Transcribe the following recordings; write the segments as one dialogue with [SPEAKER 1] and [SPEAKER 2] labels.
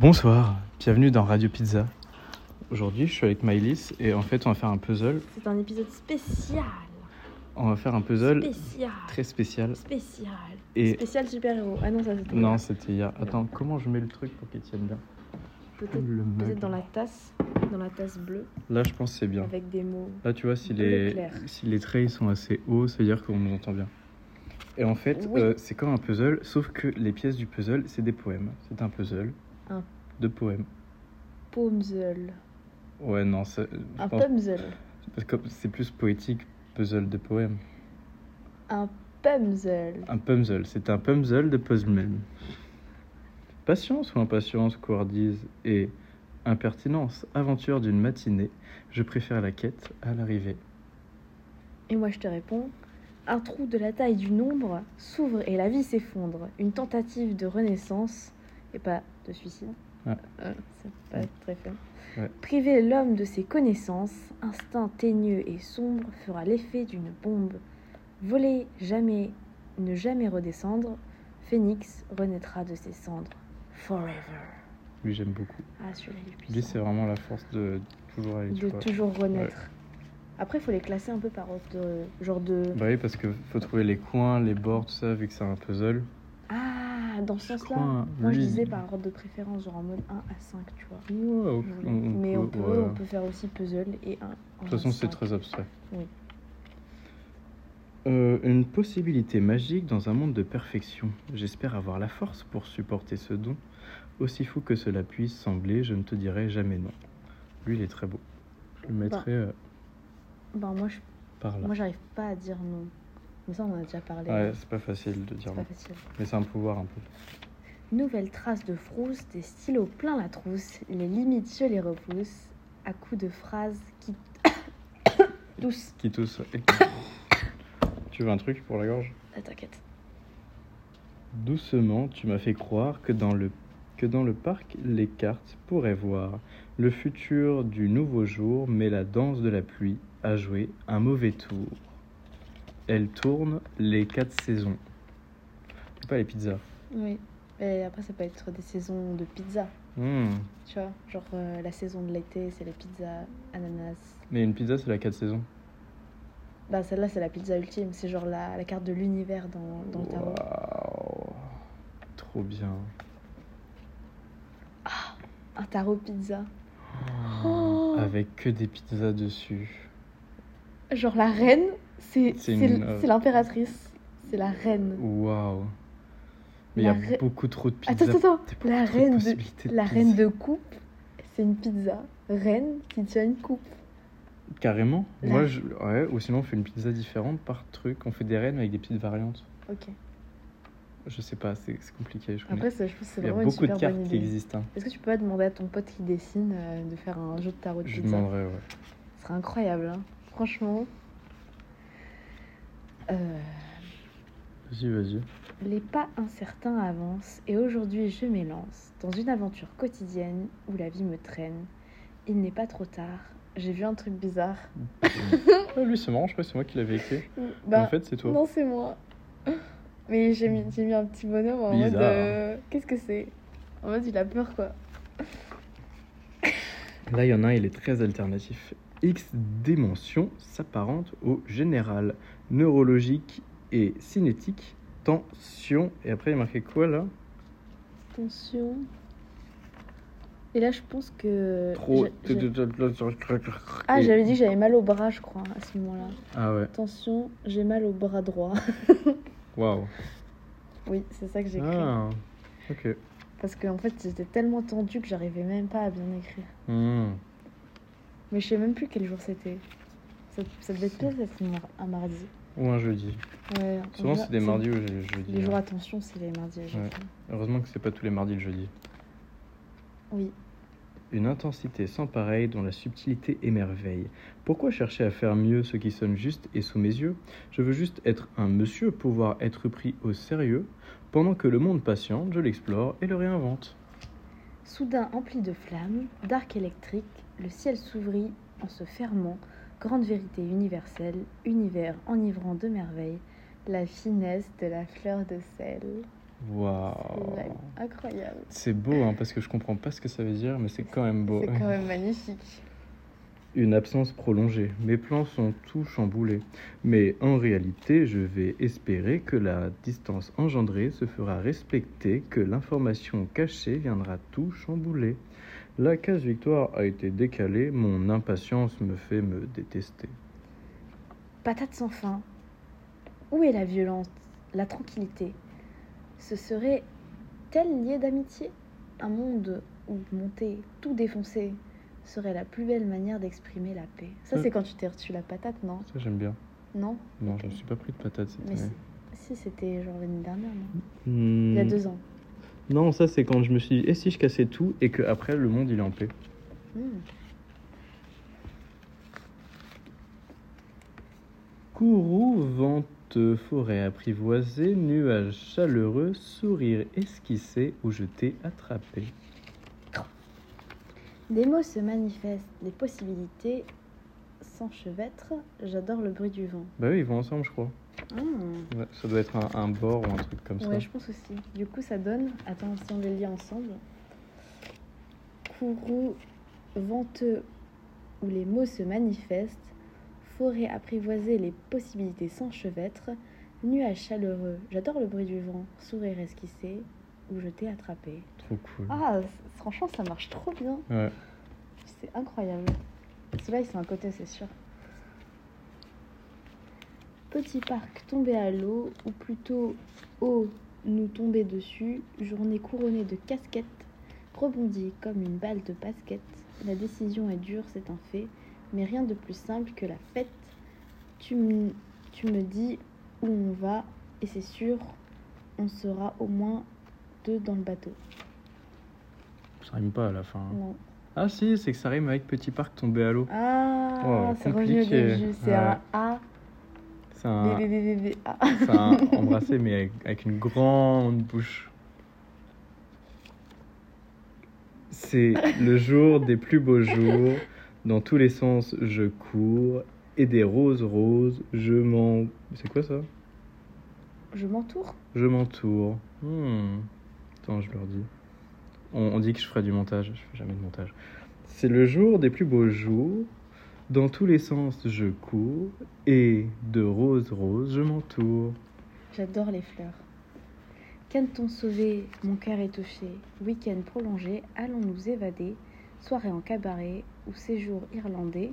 [SPEAKER 1] Bonsoir, bienvenue dans Radio Pizza. Aujourd'hui, je suis avec Maëlys et en fait, on va faire un puzzle.
[SPEAKER 2] C'est un épisode spécial.
[SPEAKER 1] On va faire un puzzle
[SPEAKER 2] Spécial.
[SPEAKER 1] très spécial.
[SPEAKER 2] Spécial.
[SPEAKER 1] Et-
[SPEAKER 2] Spécial super-héros. Ah non, ça c'était.
[SPEAKER 1] Non, c'était hier. Attends, comment je mets le truc pour qu'il tienne bien
[SPEAKER 2] Peut-être
[SPEAKER 1] Le mug.
[SPEAKER 2] peut-être dans la tasse. Dans la tasse bleue.
[SPEAKER 1] Là, je pense que c'est bien.
[SPEAKER 2] Avec des mots.
[SPEAKER 1] Là, tu vois, si
[SPEAKER 2] Bleu
[SPEAKER 1] les,
[SPEAKER 2] clair.
[SPEAKER 1] si les traits ils sont assez hauts, ça veut dire qu'on nous entend bien. Et en fait,
[SPEAKER 2] Oui.
[SPEAKER 1] euh, c'est comme un puzzle, sauf que les pièces du puzzle, c'est des poèmes. C'est un puzzle
[SPEAKER 2] Un.
[SPEAKER 1] de poèmes.
[SPEAKER 2] Pumzel.
[SPEAKER 1] Ouais, non, ça- je
[SPEAKER 2] Un
[SPEAKER 1] pense
[SPEAKER 2] pumzel.
[SPEAKER 1] parce que c'est plus poétique, puzzle de poèmes.
[SPEAKER 2] Un pumzel.
[SPEAKER 1] Un puzzle, c'est un puzzle de puzzle-même. Patience ou impatience, couardise et impertinence, aventure d'une matinée, je préfère la quête à l'arrivée.
[SPEAKER 2] Et moi je te réponds. Un trou de la taille d'une ombre s'ouvre et la vie s'effondre. Une tentative de renaissance et pas de suicide.
[SPEAKER 1] Ouais.
[SPEAKER 2] Euh, c'est pas très fun.
[SPEAKER 1] Ouais.
[SPEAKER 2] Priver l'homme de ses connaissances, instinct teigneux et sombre fera l'effet d'une bombe. Voler jamais, ne jamais redescendre, Phénix renaîtra de ses cendres. Forever.
[SPEAKER 1] Lui, j'aime beaucoup.
[SPEAKER 2] Ah, celui-là, il est puissant.
[SPEAKER 1] Lui, c'est vraiment la force de toujours aller tu
[SPEAKER 2] De
[SPEAKER 1] vois.
[SPEAKER 2] toujours renaître. Après, il faut les classer un peu par ordre de- genre de.
[SPEAKER 1] Bah oui, parce que faut trouver les coins, les bords, tout ça, vu que c'est un puzzle.
[SPEAKER 2] Ah, dans ce
[SPEAKER 1] Je
[SPEAKER 2] sens-là.
[SPEAKER 1] crois, hein,
[SPEAKER 2] Moi, je
[SPEAKER 1] lui-
[SPEAKER 2] disais par ordre de préférence, genre en mode 1 à 5, tu vois.
[SPEAKER 1] Ouais, on- on- on
[SPEAKER 2] Mais on
[SPEAKER 1] peut-
[SPEAKER 2] peut,
[SPEAKER 1] ouais.
[SPEAKER 2] on peut faire aussi puzzle et 1.
[SPEAKER 1] De toute façon, c'est très abstrait.
[SPEAKER 2] Oui.
[SPEAKER 1] Euh, une possibilité magique dans un monde de perfection. J'espère avoir la force pour supporter ce don. Aussi fou que cela puisse sembler, je ne te dirai jamais non. Lui, il est très beau. Je le mettrai euh,
[SPEAKER 2] Ben, moi, je...
[SPEAKER 1] par là.
[SPEAKER 2] Bah, moi, j'arrive pas à dire non. Mais ça, on en a déjà parlé.
[SPEAKER 1] Ouais,
[SPEAKER 2] hein.
[SPEAKER 1] c'est pas facile de dire
[SPEAKER 2] c'est pas
[SPEAKER 1] non.
[SPEAKER 2] facile.
[SPEAKER 1] Mais c'est un pouvoir un peu.
[SPEAKER 2] Nouvelle trace de frousse, des stylos plein la trousse. Les limites, je les repousse. À coups de phrases qui. Douce.
[SPEAKER 1] Qui tousse. Et- tu veux un truc pour la gorge
[SPEAKER 2] Ah, t'inquiète.
[SPEAKER 1] Doucement, tu m'as fait croire que dans le que dans le parc, les cartes pourraient voir le futur du nouveau jour, mais la danse de la pluie a joué un mauvais tour. Elle tourne les quatre saisons. C'est Pas les pizzas.
[SPEAKER 2] Oui. Et après, ça peut être des saisons de pizza.
[SPEAKER 1] Hmm.
[SPEAKER 2] Tu vois, genre euh, la saison de l'été, c'est les pizzas ananas,
[SPEAKER 1] Mais une pizza, c'est la quatre saisons.
[SPEAKER 2] Bah celle-là c'est la pizza ultime, c'est genre la, la carte de l'univers dans, dans le tarot.
[SPEAKER 1] Waouh. Trop bien.
[SPEAKER 2] Un tarot pizza. Oh.
[SPEAKER 1] Avec que des pizzas dessus.
[SPEAKER 2] Genre la reine, c'est
[SPEAKER 1] C'est
[SPEAKER 2] c'est
[SPEAKER 1] une,
[SPEAKER 2] l-
[SPEAKER 1] euh,
[SPEAKER 2] c'est l'impératrice, c'est la reine.
[SPEAKER 1] Waouh. Mais il y
[SPEAKER 2] La
[SPEAKER 1] a
[SPEAKER 2] re-
[SPEAKER 1] beaucoup trop de pizzas.
[SPEAKER 2] Attends, attends, attends.
[SPEAKER 1] T'as beaucoup
[SPEAKER 2] La
[SPEAKER 1] trop de
[SPEAKER 2] reine de,
[SPEAKER 1] possibilités de
[SPEAKER 2] la
[SPEAKER 1] pizzas.
[SPEAKER 2] reine de coupe, c'est une pizza. Reine qui tient une coupe.
[SPEAKER 1] Carrément.
[SPEAKER 2] Là.
[SPEAKER 1] Moi, je... ouais, ou sinon on fait une pizza différente par truc. On fait des rennes avec des petites variantes.
[SPEAKER 2] Ok.
[SPEAKER 1] Je sais pas, c'est c'est compliqué. Je connais.
[SPEAKER 2] Après c'est- je pense que c'est
[SPEAKER 1] Il y a
[SPEAKER 2] vraiment une
[SPEAKER 1] beaucoup de
[SPEAKER 2] super bonne
[SPEAKER 1] cartes qui
[SPEAKER 2] idée.
[SPEAKER 1] existent. hein.
[SPEAKER 2] Est-ce que tu peux pas demander à ton pote qui dessine euh, de faire un jeu de tarot de
[SPEAKER 1] Je
[SPEAKER 2] pizza
[SPEAKER 1] demanderai, ouais.
[SPEAKER 2] Ce serait incroyable, hein. franchement. Euh...
[SPEAKER 1] Vas-y, vas-y.
[SPEAKER 2] Les pas incertains avancent et aujourd'hui je m'élance dans une aventure quotidienne où la vie me traîne. Il n'est pas trop tard. J'ai vu un truc bizarre.
[SPEAKER 1] Ouais, lui, c'est marrant, je crois que c'est moi qui l'avais écrit. Mais
[SPEAKER 2] Bah,
[SPEAKER 1] en fait, c'est toi.
[SPEAKER 2] non, c'est moi. Mais j'ai mis, j'ai mis un petit bonhomme en mode.
[SPEAKER 1] Bizarre.
[SPEAKER 2] euh, Qu'est-ce que c'est En mode, il a peur quoi.
[SPEAKER 1] Là, il y en a un, il est très alternatif. X dimension s'apparente au général, neurologique et cinétique, tension. Et après, il y a marqué quoi là
[SPEAKER 2] Attention. Et là, je pense que.
[SPEAKER 1] Trop.
[SPEAKER 2] j'ai- j'ai- Ah, j'avais dit que j'avais mal au bras, je crois, à ce moment-là.
[SPEAKER 1] Ah ouais,
[SPEAKER 2] Attention, j'ai mal au bras droit.
[SPEAKER 1] waouh.
[SPEAKER 2] oui, c'est ça que j'ai écrit.
[SPEAKER 1] Ah, ok.
[SPEAKER 2] Parce qu'en fait, j'étais tellement tendue que j'arrivais même pas à bien écrire.
[SPEAKER 1] Hmm.
[SPEAKER 2] Mais je sais même plus quel jour c'était. Ça, ça devait être peut-être être un mar- un mardi.
[SPEAKER 1] Ou un jeudi.
[SPEAKER 2] Ouais, on
[SPEAKER 1] Souvent,
[SPEAKER 2] voit-
[SPEAKER 1] c'est des mardis ou les jeudis.
[SPEAKER 2] Les
[SPEAKER 1] hein.
[SPEAKER 2] jours attention, c'est les mardis. j'ai
[SPEAKER 1] Ouais.
[SPEAKER 2] fait.
[SPEAKER 1] Heureusement que c'est pas tous les mardis le jeudi.
[SPEAKER 2] Oui.
[SPEAKER 1] Une intensité sans pareille dont la subtilité émerveille. Pourquoi chercher à faire mieux ce qui sonne juste et sous mes yeux Je veux juste être un monsieur, pouvoir être pris au sérieux. Pendant que le monde patiente, je l'explore et le réinvente.
[SPEAKER 2] Soudain empli de flammes, d'arc électrique, le ciel s'ouvrit en se fermant. Grande vérité universelle, univers enivrant de merveilles, la finesse de la fleur de sel.
[SPEAKER 1] Waouh.
[SPEAKER 2] Génial. Incroyable.
[SPEAKER 1] C'est beau, hein, parce que je comprends pas ce que ça veut dire, mais c'est quand même beau.
[SPEAKER 2] C'est quand même magnifique.
[SPEAKER 1] Une absence prolongée. Mes plans sont tout chamboulés. Mais en réalité, je vais espérer que la distance engendrée se fera respecter, que l'information cachée viendra tout chambouler. La case victoire a été décalée, mon impatience me fait me détester.
[SPEAKER 3] Patate sans fin. Où est la violence, la tranquillité Ce serait-elle lié d'amitié Un monde où monter tout défoncé serait la plus belle manière d'exprimer la paix.
[SPEAKER 2] Ça,
[SPEAKER 1] Euh.
[SPEAKER 2] c'est quand tu t'es reçu la patate, non
[SPEAKER 1] Ça, j'aime bien.
[SPEAKER 2] Non
[SPEAKER 1] Non,
[SPEAKER 2] Ok.
[SPEAKER 1] je ne suis pas pris de patate cette
[SPEAKER 2] Mais
[SPEAKER 1] année.
[SPEAKER 2] si, c'était genre l'année dernière, non
[SPEAKER 1] Hmm,
[SPEAKER 2] Il y a deux ans.
[SPEAKER 1] Non, ça, c'est quand je me suis dit, et si je cassais tout et que après le monde il est en paix
[SPEAKER 2] Hmm.
[SPEAKER 1] Kourou, vente, forêt apprivoisée, nuages chaleureux, sourire esquissé où je t'ai attrapé.
[SPEAKER 2] Des mots se manifestent, des possibilités s'enchevêtrent. J'adore le bruit du vent.
[SPEAKER 1] Bah oui, ils vont ensemble, je crois.
[SPEAKER 2] Hmm.
[SPEAKER 1] Ouais, ça doit être un, un bord ou un truc comme ça.
[SPEAKER 2] Ouais, je pense aussi. Du coup, ça donne. Attends, si on les lit ensemble. Kourou venteux où les mots se manifestent, forêt apprivoisée, les possibilités s'enchevêtrent, nuages chaleureux, j'adore le bruit du vent, sourire esquissé, où je t'ai attrapé.
[SPEAKER 1] Trop cool.
[SPEAKER 2] Ah, c- franchement, ça marche trop bien.
[SPEAKER 1] Ouais.
[SPEAKER 2] C'est incroyable. Celui-là, ils sont à côté, c'est sûr. Petit parc tombé à l'eau, ou plutôt eau nous tombait dessus, journée couronnée de casquettes, rebondie comme une balle de basket. La décision est dure, c'est un fait, mais rien de plus simple que la fête. Tu, m- tu me dis où on va, et c'est sûr, on sera au moins deux dans le bateau.
[SPEAKER 1] Ça rime pas à la fin. hein.
[SPEAKER 2] Non.
[SPEAKER 1] Ah si, c'est que ça rime avec Petit Parc tombé à l'eau.
[SPEAKER 2] Ah,
[SPEAKER 1] Oh,
[SPEAKER 2] c'est revenu au
[SPEAKER 1] compliqué.
[SPEAKER 2] début, c'est
[SPEAKER 1] Ouais. Ah.
[SPEAKER 2] un A,
[SPEAKER 1] C'est
[SPEAKER 2] B,
[SPEAKER 1] un,
[SPEAKER 2] B, B, B, B, A.
[SPEAKER 1] c'est un embrassé, mais avec, avec une grande bouche. C'est le jour des plus beaux jours. Dans tous les sens, je cours. Et des roses roses, je m'en... C'est quoi ça
[SPEAKER 2] Je m'entoure
[SPEAKER 1] Je m'entoure. Hmm. Attends, je leur dis. On, on dit que je ferai du montage. Je fais jamais de montage. C'est le jour des plus beaux jours. Dans tous les sens, je cours. Et de rose rose, je m'entoure.
[SPEAKER 2] J'adore les fleurs. Canton sauvé, mon cœur est touché. Week-end prolongé, allons nous évader. Soirée en cabaret ou séjour irlandais.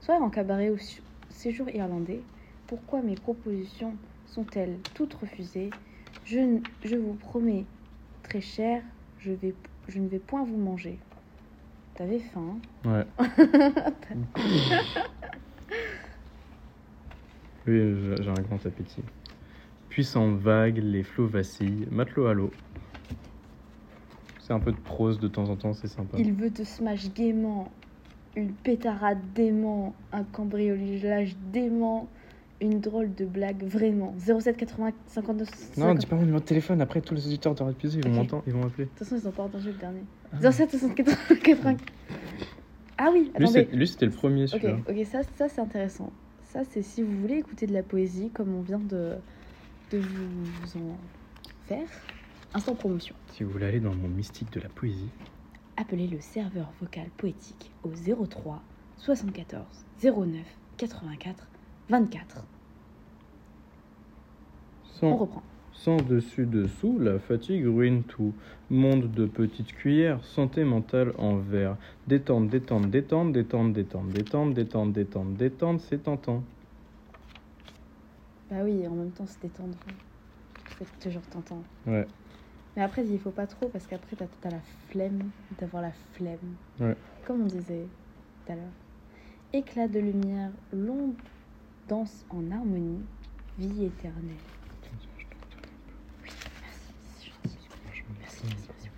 [SPEAKER 2] Soirée en cabaret ou su- séjour irlandais. Pourquoi mes propositions sont-elles toutes refusées je, n- je vous promets, très cher, je, vais, je ne vais point vous manger. T'avais faim
[SPEAKER 1] Ouais. oui, j'ai- j'ai un grand appétit. Puissant vague, les flots vacillent. Matelot à l'eau. C'est un peu de prose de temps en temps, c'est sympa.
[SPEAKER 2] Il veut te smash gaiement, une pétarade dément, un cambriolage dément, une drôle de blague vraiment. 07 80 59
[SPEAKER 1] Non,
[SPEAKER 2] 50.
[SPEAKER 1] dis pas mon numéro de téléphone, après tous les auditeurs de épuisé, ils vont
[SPEAKER 2] Ok.
[SPEAKER 1] m'entendre, ils vont m'appeler.
[SPEAKER 2] De toute façon, ils ont pas entendu le dernier.
[SPEAKER 1] Ah.
[SPEAKER 2] 07 74 80. Ah oui,
[SPEAKER 1] Lui,
[SPEAKER 2] attendez.
[SPEAKER 1] c'est- lui, c'était le premier,
[SPEAKER 2] Ok,
[SPEAKER 1] celui-là.
[SPEAKER 2] ok, ça, ça c'est intéressant. Ça, c'est si vous voulez écouter de la poésie, comme on vient de, de vous en faire, instant promotion.
[SPEAKER 1] Si vous voulez aller dans mon mystique de la poésie,
[SPEAKER 2] Appelez le serveur vocal poétique au 03 74 09 84 24. On
[SPEAKER 1] sans,
[SPEAKER 2] reprend.
[SPEAKER 1] sans dessus-dessous, la fatigue ruine tout. Monde de petites cuillères, santé mentale en verre. Détente, détente, détente, détente, détente, détente, détente, détente, détente, c'est tentant.
[SPEAKER 2] Bah oui, en même temps, se détendre. C'est toujours tentant.
[SPEAKER 1] Ouais.
[SPEAKER 2] Mais après, il faut pas trop parce qu'après, t'as as la flemme d'avoir la flemme.
[SPEAKER 1] Ouais.
[SPEAKER 2] Comme on disait tout à l'heure. Éclat de lumière, l'ombre danse en harmonie, vie éternelle. Merci, c'est gentil. Merci, merci, merci.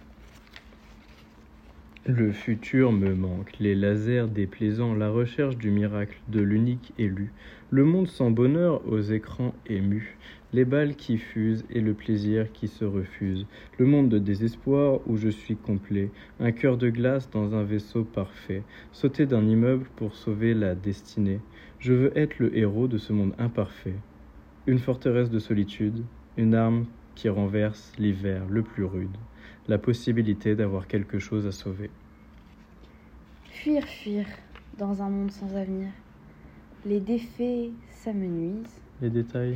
[SPEAKER 1] Le futur me manque, les lasers déplaisants, la recherche du miracle, de l'unique élu, le monde sans bonheur aux écrans émus, les balles qui fusent et le plaisir qui se refuse, le monde de désespoir où je suis complet, un cœur de glace dans un vaisseau parfait, sauter d'un immeuble pour sauver la destinée. Je veux être le héros de ce monde imparfait. Une forteresse de solitude, une arme qui renverse l'hiver le plus rude, la possibilité d'avoir quelque chose à sauver.
[SPEAKER 2] Fuir, fuir, dans un monde sans avenir. Les défaits s'amenuisent.
[SPEAKER 1] Les détails,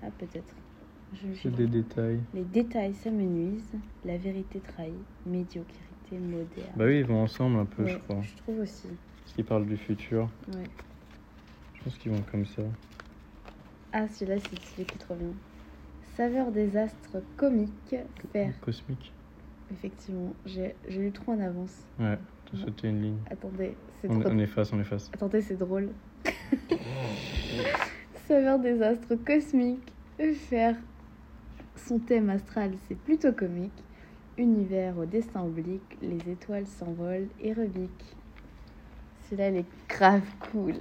[SPEAKER 2] Ah, peut-être. Je-
[SPEAKER 1] c'est des détails.
[SPEAKER 2] Les détails s'amenuisent, la vérité trahit, médiocrité moderne.
[SPEAKER 1] Bah oui, ils vont ensemble un peu, je
[SPEAKER 2] Ouais,
[SPEAKER 1] crois.
[SPEAKER 2] je trouve aussi.
[SPEAKER 1] Parce qu'ils parlent du futur.
[SPEAKER 2] Ouais.
[SPEAKER 1] Je pense qu'ils vont comme ça.
[SPEAKER 2] Ah, celui-là, c'est celui qui est trop bien. Saveur des astres comiques, faire.
[SPEAKER 1] Cosmique.
[SPEAKER 2] Effectivement, j'ai j'ai lu trop en avance.
[SPEAKER 1] Ouais, t'as sauté une ligne.
[SPEAKER 2] Attendez, c'est
[SPEAKER 1] On,
[SPEAKER 2] trop.
[SPEAKER 1] on efface, on efface.
[SPEAKER 2] Attendez, c'est drôle. Saveur des astres cosmiques, faire. Son thème astral, c'est plutôt comique. Univers au destin oblique, les étoiles s'envolent et rebiquent. Celui-là, il est grave cool.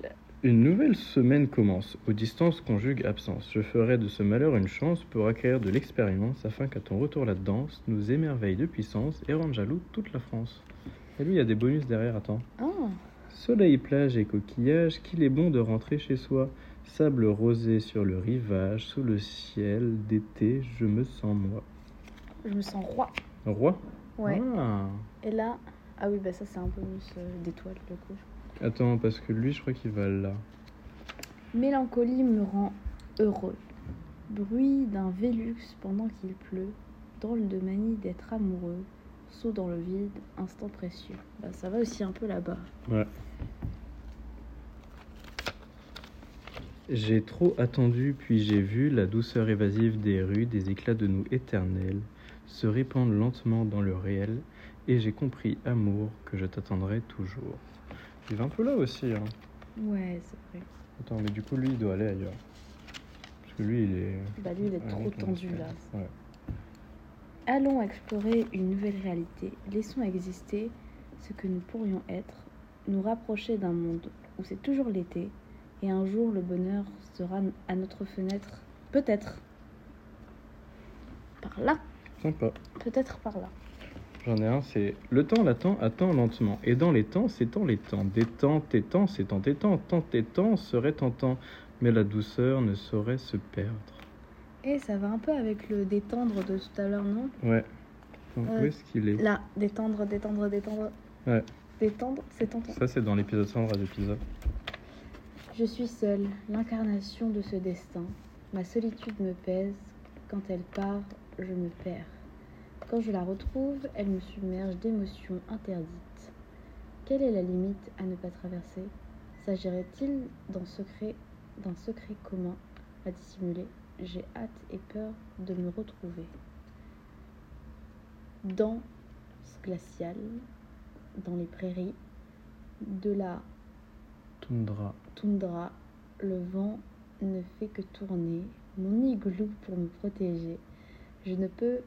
[SPEAKER 1] Une nouvelle semaine commence. Aux distances conjugue absence. Je ferai de ce malheur une chance pour acquérir de l'expérience afin qu'à ton retour la danse nous émerveille de puissance et rende jaloux toute la France. Et lui, il y a des bonus derrière, attends.
[SPEAKER 2] Ah,
[SPEAKER 1] Soleil, plage et coquillage, qu'il est bon de rentrer chez soi. Sable rosé sur le rivage, sous le ciel d'été, je me sens moi.
[SPEAKER 2] je me sens roi. Hein
[SPEAKER 1] Roi
[SPEAKER 2] Ouais.
[SPEAKER 1] Ah.
[SPEAKER 2] Et là, ah oui, bah ça c'est un bonus euh, d'étoiles le coup.
[SPEAKER 1] Attends, parce que lui, je crois qu'il va là.
[SPEAKER 2] Mélancolie me rend heureux. Bruit d'un Vélux pendant qu'il pleut. Drôle de manie d'être amoureux. Saut dans le vide, instant précieux. Bah, ça va aussi un peu là-bas.
[SPEAKER 1] J'ai trop attendu, puis j'ai vu la douceur évasive des rues, des éclats de nous éternels, se répandre lentement dans le réel, et j'ai compris, amour, que je t'attendrai toujours. Il va un peu là aussi, hein.
[SPEAKER 2] Ouais, c'est vrai.
[SPEAKER 1] Attends, mais du coup, lui, il doit aller ailleurs. Parce que lui, il est.
[SPEAKER 2] Bah, lui, il est
[SPEAKER 1] Ah,
[SPEAKER 2] trop
[SPEAKER 1] oui, ton
[SPEAKER 2] tendu
[SPEAKER 1] espèce.
[SPEAKER 2] là.
[SPEAKER 1] Ouais.
[SPEAKER 2] Allons explorer une nouvelle réalité. Laissons exister ce que nous pourrions être. Nous rapprocher d'un monde où c'est toujours l'été. Et un jour, le bonheur sera à notre fenêtre. Peut-être. Par là.
[SPEAKER 1] Sympa.
[SPEAKER 2] Peut-être par là.
[SPEAKER 1] J'en ai un, c'est le temps l'attend, attend lentement. Et dans les temps, s'étend les temps. Des temps, t'étends, s'étend tes temps. Tant tes temps serait tentant. Mais la douceur ne saurait se perdre.
[SPEAKER 2] Et Eh, ça va un peu avec le détendre de tout à l'heure, non
[SPEAKER 1] Ouais. Donc, Où
[SPEAKER 2] Ouais.
[SPEAKER 1] est-ce qu'il est
[SPEAKER 2] Là, détendre, détendre, détendre.
[SPEAKER 1] Ouais.
[SPEAKER 2] Détendre, c'est tentant.
[SPEAKER 1] Ça, c'est dans l'épisode 100 de l'épisode.
[SPEAKER 2] Je suis seule, l'incarnation de ce destin. Ma solitude me pèse. Quand elle part, je me perds. Quand je la retrouve, elle me submerge d'émotions interdites. Quelle est la limite à ne pas traverser S'agirait-il d'un secret, d'un secret commun à dissimuler J'ai hâte et peur de me retrouver. Dans ce glacial, dans les prairies, de la
[SPEAKER 1] Toundra.
[SPEAKER 2] toundra, le vent ne fait que tourner, mon igloo pour me protéger. Je ne peux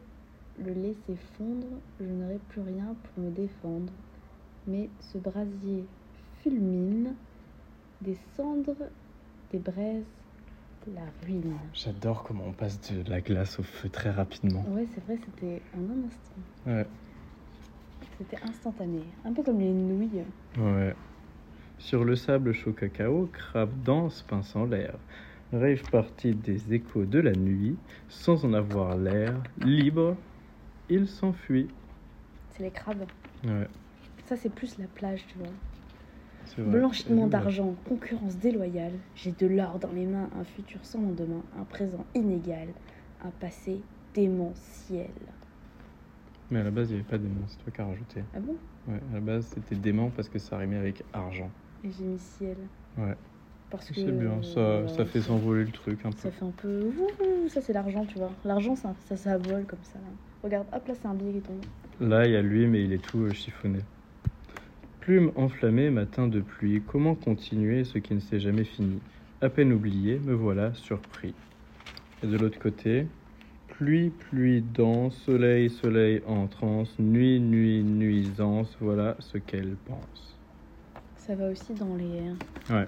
[SPEAKER 2] le laisser fondre, je n'aurai plus rien pour me défendre. Mais ce brasier fulmine, des cendres, des braises, la ruine.
[SPEAKER 1] J'adore comment on passe de la glace au feu très rapidement.
[SPEAKER 2] Ouais, c'est vrai, c'était en un instant.
[SPEAKER 1] Ouais.
[SPEAKER 2] C'était instantané. Un peu comme les nouilles.
[SPEAKER 1] Ouais. Sur le sable chaud cacao, crabe danse, pince en l'air. Rêve parti des échos de la nuit, sans en avoir l'air, libre, il s'enfuit.
[SPEAKER 2] C'est les crabes.
[SPEAKER 1] Ouais,
[SPEAKER 2] Ça, c'est plus la plage, tu vois.
[SPEAKER 1] c'est vrai.
[SPEAKER 2] Blanchiment d'argent, concurrence déloyale, j'ai de l'or dans les mains, un futur sans lendemain, un présent inégal, un passé démentiel.
[SPEAKER 1] Mais à la base, il n'y avait pas dément, c'est toi qui as rajouté.
[SPEAKER 2] Ah bon
[SPEAKER 1] Ouais, à la base, c'était dément parce que ça rimait avec argent.
[SPEAKER 2] Et J'ai mis ciel.
[SPEAKER 1] Ouais.
[SPEAKER 2] Parce que.
[SPEAKER 1] C'est bien,
[SPEAKER 2] euh,
[SPEAKER 1] ça, ça fait s'envoler le truc un peu.
[SPEAKER 2] Ça fait un peu. Ouh, ça c'est l'argent, tu vois. L'argent, ça, ça, ça vole comme ça. là. Regarde, hop là, c'est un billet qui tombe.
[SPEAKER 1] Là, il y a lui, mais il est tout euh, chiffonné. Plume enflammée, matin de pluie, comment continuer ce qui ne s'est jamais fini À peine oublié, me voilà surpris. Et de l'autre côté, pluie, pluie, danse, soleil, soleil en transe, nuit, nuit, nuisance, voilà ce qu'elle pense.
[SPEAKER 2] Ça va aussi dans les. hein.
[SPEAKER 1] Ouais.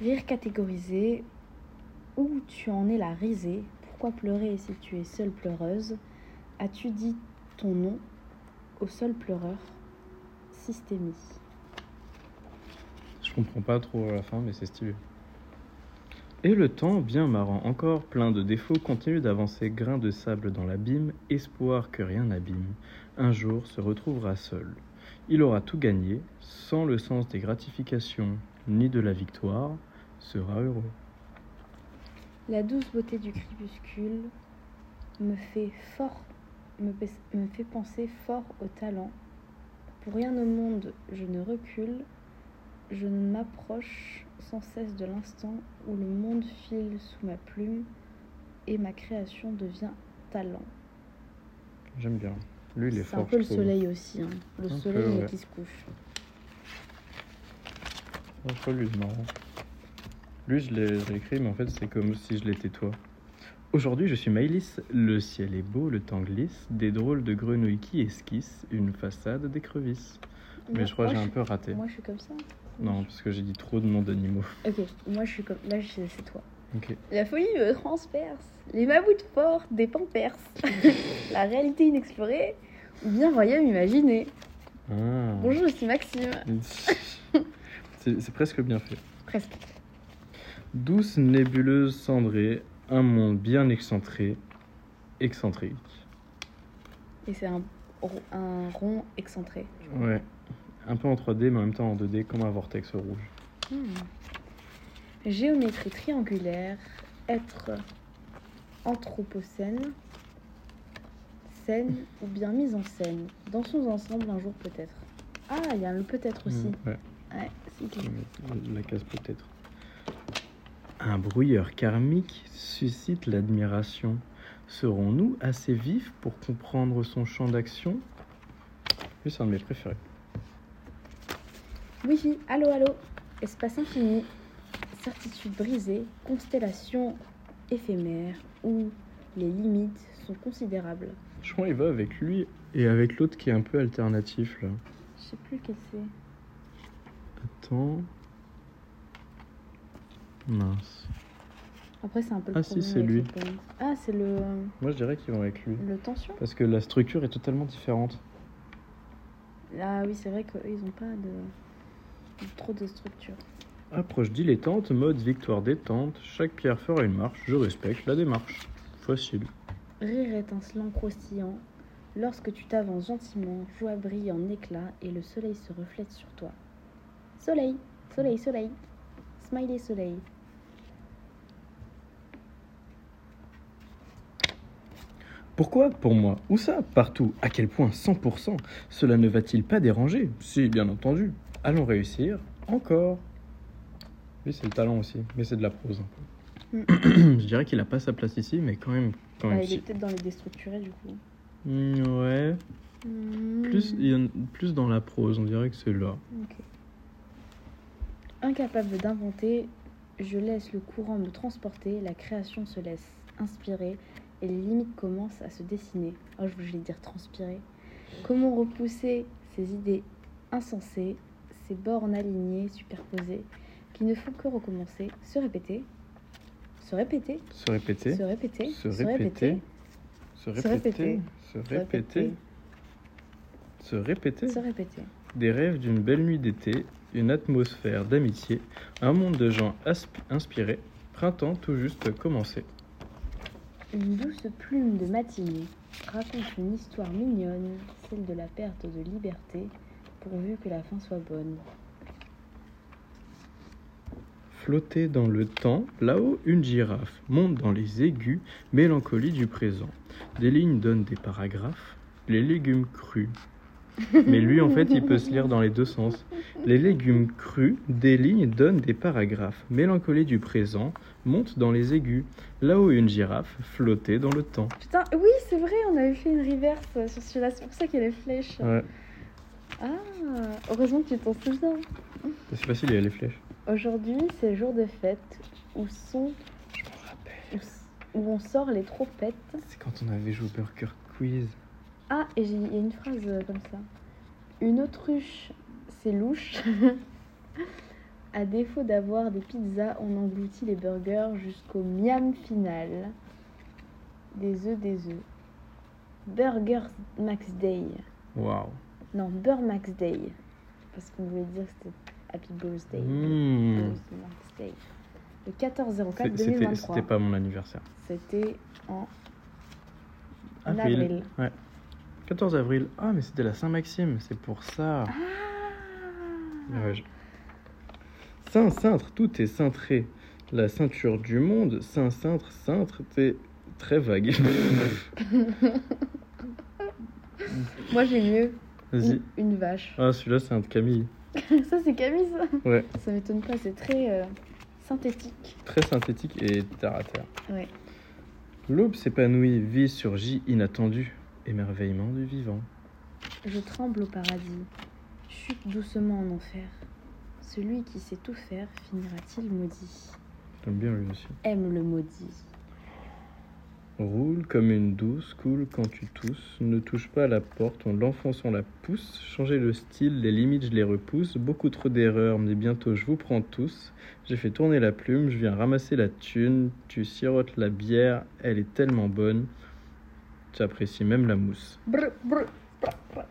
[SPEAKER 2] Rire catégorisé. Où tu en es la risée Pourquoi pleurer si tu es seule pleureuse As-tu dit ton nom au seul pleureur Systémie.
[SPEAKER 1] Je comprends pas trop à la fin, mais c'est stylé. Et le temps, bien marrant encore, plein de défauts, continue d'avancer grain de sable dans l'abîme, espoir que rien n'abîme, un jour se retrouvera seul. Il aura tout gagné, sans le sens des gratifications ni de la victoire, sera heureux.
[SPEAKER 2] La douce beauté du crépuscule me fait fort, me, pes- me fait penser fort au talent. Pour rien au monde, je ne recule, je ne m'approche sans cesse de l'instant où le monde file sous ma plume et ma création devient talent.
[SPEAKER 1] J'aime bien. Lui, il est
[SPEAKER 2] C'est
[SPEAKER 1] fort.
[SPEAKER 2] un peu
[SPEAKER 1] je
[SPEAKER 2] le
[SPEAKER 1] trouve.
[SPEAKER 2] soleil aussi, hein. le
[SPEAKER 1] Un peu,
[SPEAKER 2] soleil
[SPEAKER 1] ouais.
[SPEAKER 2] qui se couche.
[SPEAKER 1] Entre lui, c'est marrant. Lui, je l'ai je l'ai écrit, mais en fait, c'est comme si je l'étais toi. Aujourd'hui, je suis Maïlis. Le ciel est beau, le temps glisse. Des drôles de grenouilles qui esquissent une façade d'écrevisses. Mais je crois que j'ai un peu raté.
[SPEAKER 2] Moi je suis comme ça.
[SPEAKER 1] Non, parce que j'ai dit trop de noms d'animaux.
[SPEAKER 2] Ok, moi je suis comme. Là je- c'est toi.
[SPEAKER 1] Ok.
[SPEAKER 2] La folie me transperce, les mammouths forts des pamperses, la réalité inexplorée, ou bien royaume imaginé.
[SPEAKER 1] Ah.
[SPEAKER 2] Bonjour, je suis Maxime.
[SPEAKER 1] C'est c'est presque bien fait.
[SPEAKER 2] Presque.
[SPEAKER 1] Douce nébuleuse cendrée, un monde bien excentré, excentrique.
[SPEAKER 2] Et c'est un, ro- un rond excentré.
[SPEAKER 1] Ouais. Un peu en 3D, mais en même temps en 2D, comme un vortex rouge.
[SPEAKER 2] Hmm. Géométrie triangulaire, être anthropocène, scène ou bien mise en scène. Dansons ensemble un jour peut-être. Ah, il y a le peut-être aussi.
[SPEAKER 1] Ouais.
[SPEAKER 2] Ouais, c'est tout.
[SPEAKER 1] Je la casse peut-être. Un brouilleur karmique suscite l'admiration. Serons-nous assez vifs pour comprendre son champ d'action Lui, c'est un de mes préférés.
[SPEAKER 2] Wifi, allô, allô, espace infini, certitude brisée, constellation éphémère où les limites sont considérables.
[SPEAKER 1] Je crois qu'il va avec lui et avec l'autre qui est un peu alternatif là.
[SPEAKER 2] Je sais plus quel c'est.
[SPEAKER 1] Attends. Mince.
[SPEAKER 2] Après, c'est un peu le
[SPEAKER 1] Ah, si,
[SPEAKER 2] problème
[SPEAKER 1] c'est
[SPEAKER 2] avec
[SPEAKER 1] lui.
[SPEAKER 2] les poèmes. Ah, c'est le,
[SPEAKER 1] Moi, je dirais qu'ils vont avec lui.
[SPEAKER 2] le tension
[SPEAKER 1] Parce que la structure est totalement différente.
[SPEAKER 2] Ah oui, c'est vrai qu'eux, ils ont pas de, de- trop de structure.
[SPEAKER 1] Approche dilettante, mode victoire détente. Chaque pierre fera une marche. Je respecte la démarche. Facile.
[SPEAKER 2] Rire étincelant, croustillant, lorsque tu t'avances gentiment, joie brille en éclats et le soleil se reflète sur toi. Soleil, soleil, soleil, smiley soleil.
[SPEAKER 1] Pourquoi Pour moi Où ça Partout À quel point 100% Cela ne va-t-il pas déranger Si, bien entendu. Allons réussir. Encore. Lui, c'est le talent aussi, mais c'est de la prose. un peu. Mm. Je dirais qu'il a pas sa place ici, mais quand même. Quand même
[SPEAKER 2] Ah, il est
[SPEAKER 1] si.
[SPEAKER 2] peut-être dans les déstructurés du coup.
[SPEAKER 1] Mm, ouais. Plus, il y en- plus dans la prose, on dirait que c'est là.
[SPEAKER 2] Hmm, Ok. Incapable d'inventer, je laisse le courant me transporter, la création se laisse inspirer et les limites commencent à se dessiner. Oh, je voulais dire transpirer. Comment repousser ces idées insensées, ces bornes alignées, superposées, qui ne font que recommencer, se répéter, se répéter,
[SPEAKER 1] Se répéter.
[SPEAKER 2] se répéter,
[SPEAKER 1] Se répéter. Se
[SPEAKER 2] se
[SPEAKER 1] répéter. Se répéter.
[SPEAKER 2] répéter,
[SPEAKER 1] Se répéter.
[SPEAKER 2] se répéter.
[SPEAKER 1] Des rêves d'une belle nuit d'été, une atmosphère d'amitié, un monde de gens asp- inspirés, printemps tout juste commencé.
[SPEAKER 2] Une douce plume de matinée raconte une histoire mignonne, celle de la perte de liberté, pourvu que la fin soit bonne.
[SPEAKER 1] Flotter dans le temps, là-haut une girafe monte dans les aigus, mélancolie du présent. Des lignes donnent des paragraphes, les légumes crus. Mais lui, en fait, il peut se lire dans les deux sens. Les légumes crus, des lignes donnent des paragraphes, mélancolie du présent, monte dans les aigus. Là-haut une girafe, flotter dans le temps.
[SPEAKER 2] Putain, oui, c'est vrai, on avait fait une reverse sur celui-là, c'est pour ça qu'il y a les flèches.
[SPEAKER 1] Ouais,
[SPEAKER 2] Ah, heureusement que tu t'en souviens.
[SPEAKER 1] c'est facile, il y a les flèches.
[SPEAKER 2] Aujourd'hui, c'est jour de fête où sont, où, s- où on sort les trompettes.
[SPEAKER 1] C'est quand on avait joué au Burger Quiz.
[SPEAKER 2] Ah, et j'ai- il y a une phrase euh, comme ça. Une autruche, c'est louche. à défaut d'avoir des pizzas, on engloutit les burgers jusqu'au miam final. Des œufs, des œufs. Burger Max Day.
[SPEAKER 1] Waouh.
[SPEAKER 2] Non, Burr Max Day. Parce qu'on voulait dire que c'était Happy Birthday.
[SPEAKER 1] Mmh.
[SPEAKER 2] Burr Max Day. le 14-04
[SPEAKER 1] C'est- C'était c'était
[SPEAKER 2] 2023.
[SPEAKER 1] pas mon anniversaire.
[SPEAKER 2] C'était en En
[SPEAKER 1] Avril.
[SPEAKER 2] avril.
[SPEAKER 1] Ouais. 14 avril. Ah, mais c'était la Saint-Maxime, c'est pour ça.
[SPEAKER 2] Ah
[SPEAKER 1] Ouais, je- Saint cintre, tout est cintré. La ceinture du monde, Saint cintre, cintre, t'es très vague.
[SPEAKER 2] Moi j'ai mieux.
[SPEAKER 1] Vas-y.
[SPEAKER 2] Une, une vache.
[SPEAKER 1] Ah, celui-là, c'est un de Camille.
[SPEAKER 2] ça c'est Camille ça
[SPEAKER 1] Ouais.
[SPEAKER 2] Ça m'étonne pas, c'est très euh, synthétique.
[SPEAKER 1] Très synthétique et terre à terre.
[SPEAKER 2] Ouais.
[SPEAKER 1] L'aube s'épanouit, vie surgit inattendue. Émerveillement du vivant.
[SPEAKER 2] Je tremble au paradis. Chute doucement en enfer. Celui qui sait tout faire finira-t-il maudit
[SPEAKER 1] J'aime bien lui aussi.
[SPEAKER 2] Aime le maudit.
[SPEAKER 1] Roule comme une douce, coule quand tu tousses. Ne touche pas à la porte, on l'enfonce, on la pousse. Changez le style, les limites, je les repousse. Beaucoup trop d'erreurs, mais bientôt je vous prends tous. J'ai fait tourner la plume, je viens ramasser la thune. Tu sirotes la bière, elle est tellement bonne. J'apprécie même la mousse.
[SPEAKER 2] Brr, brr, brr, brr.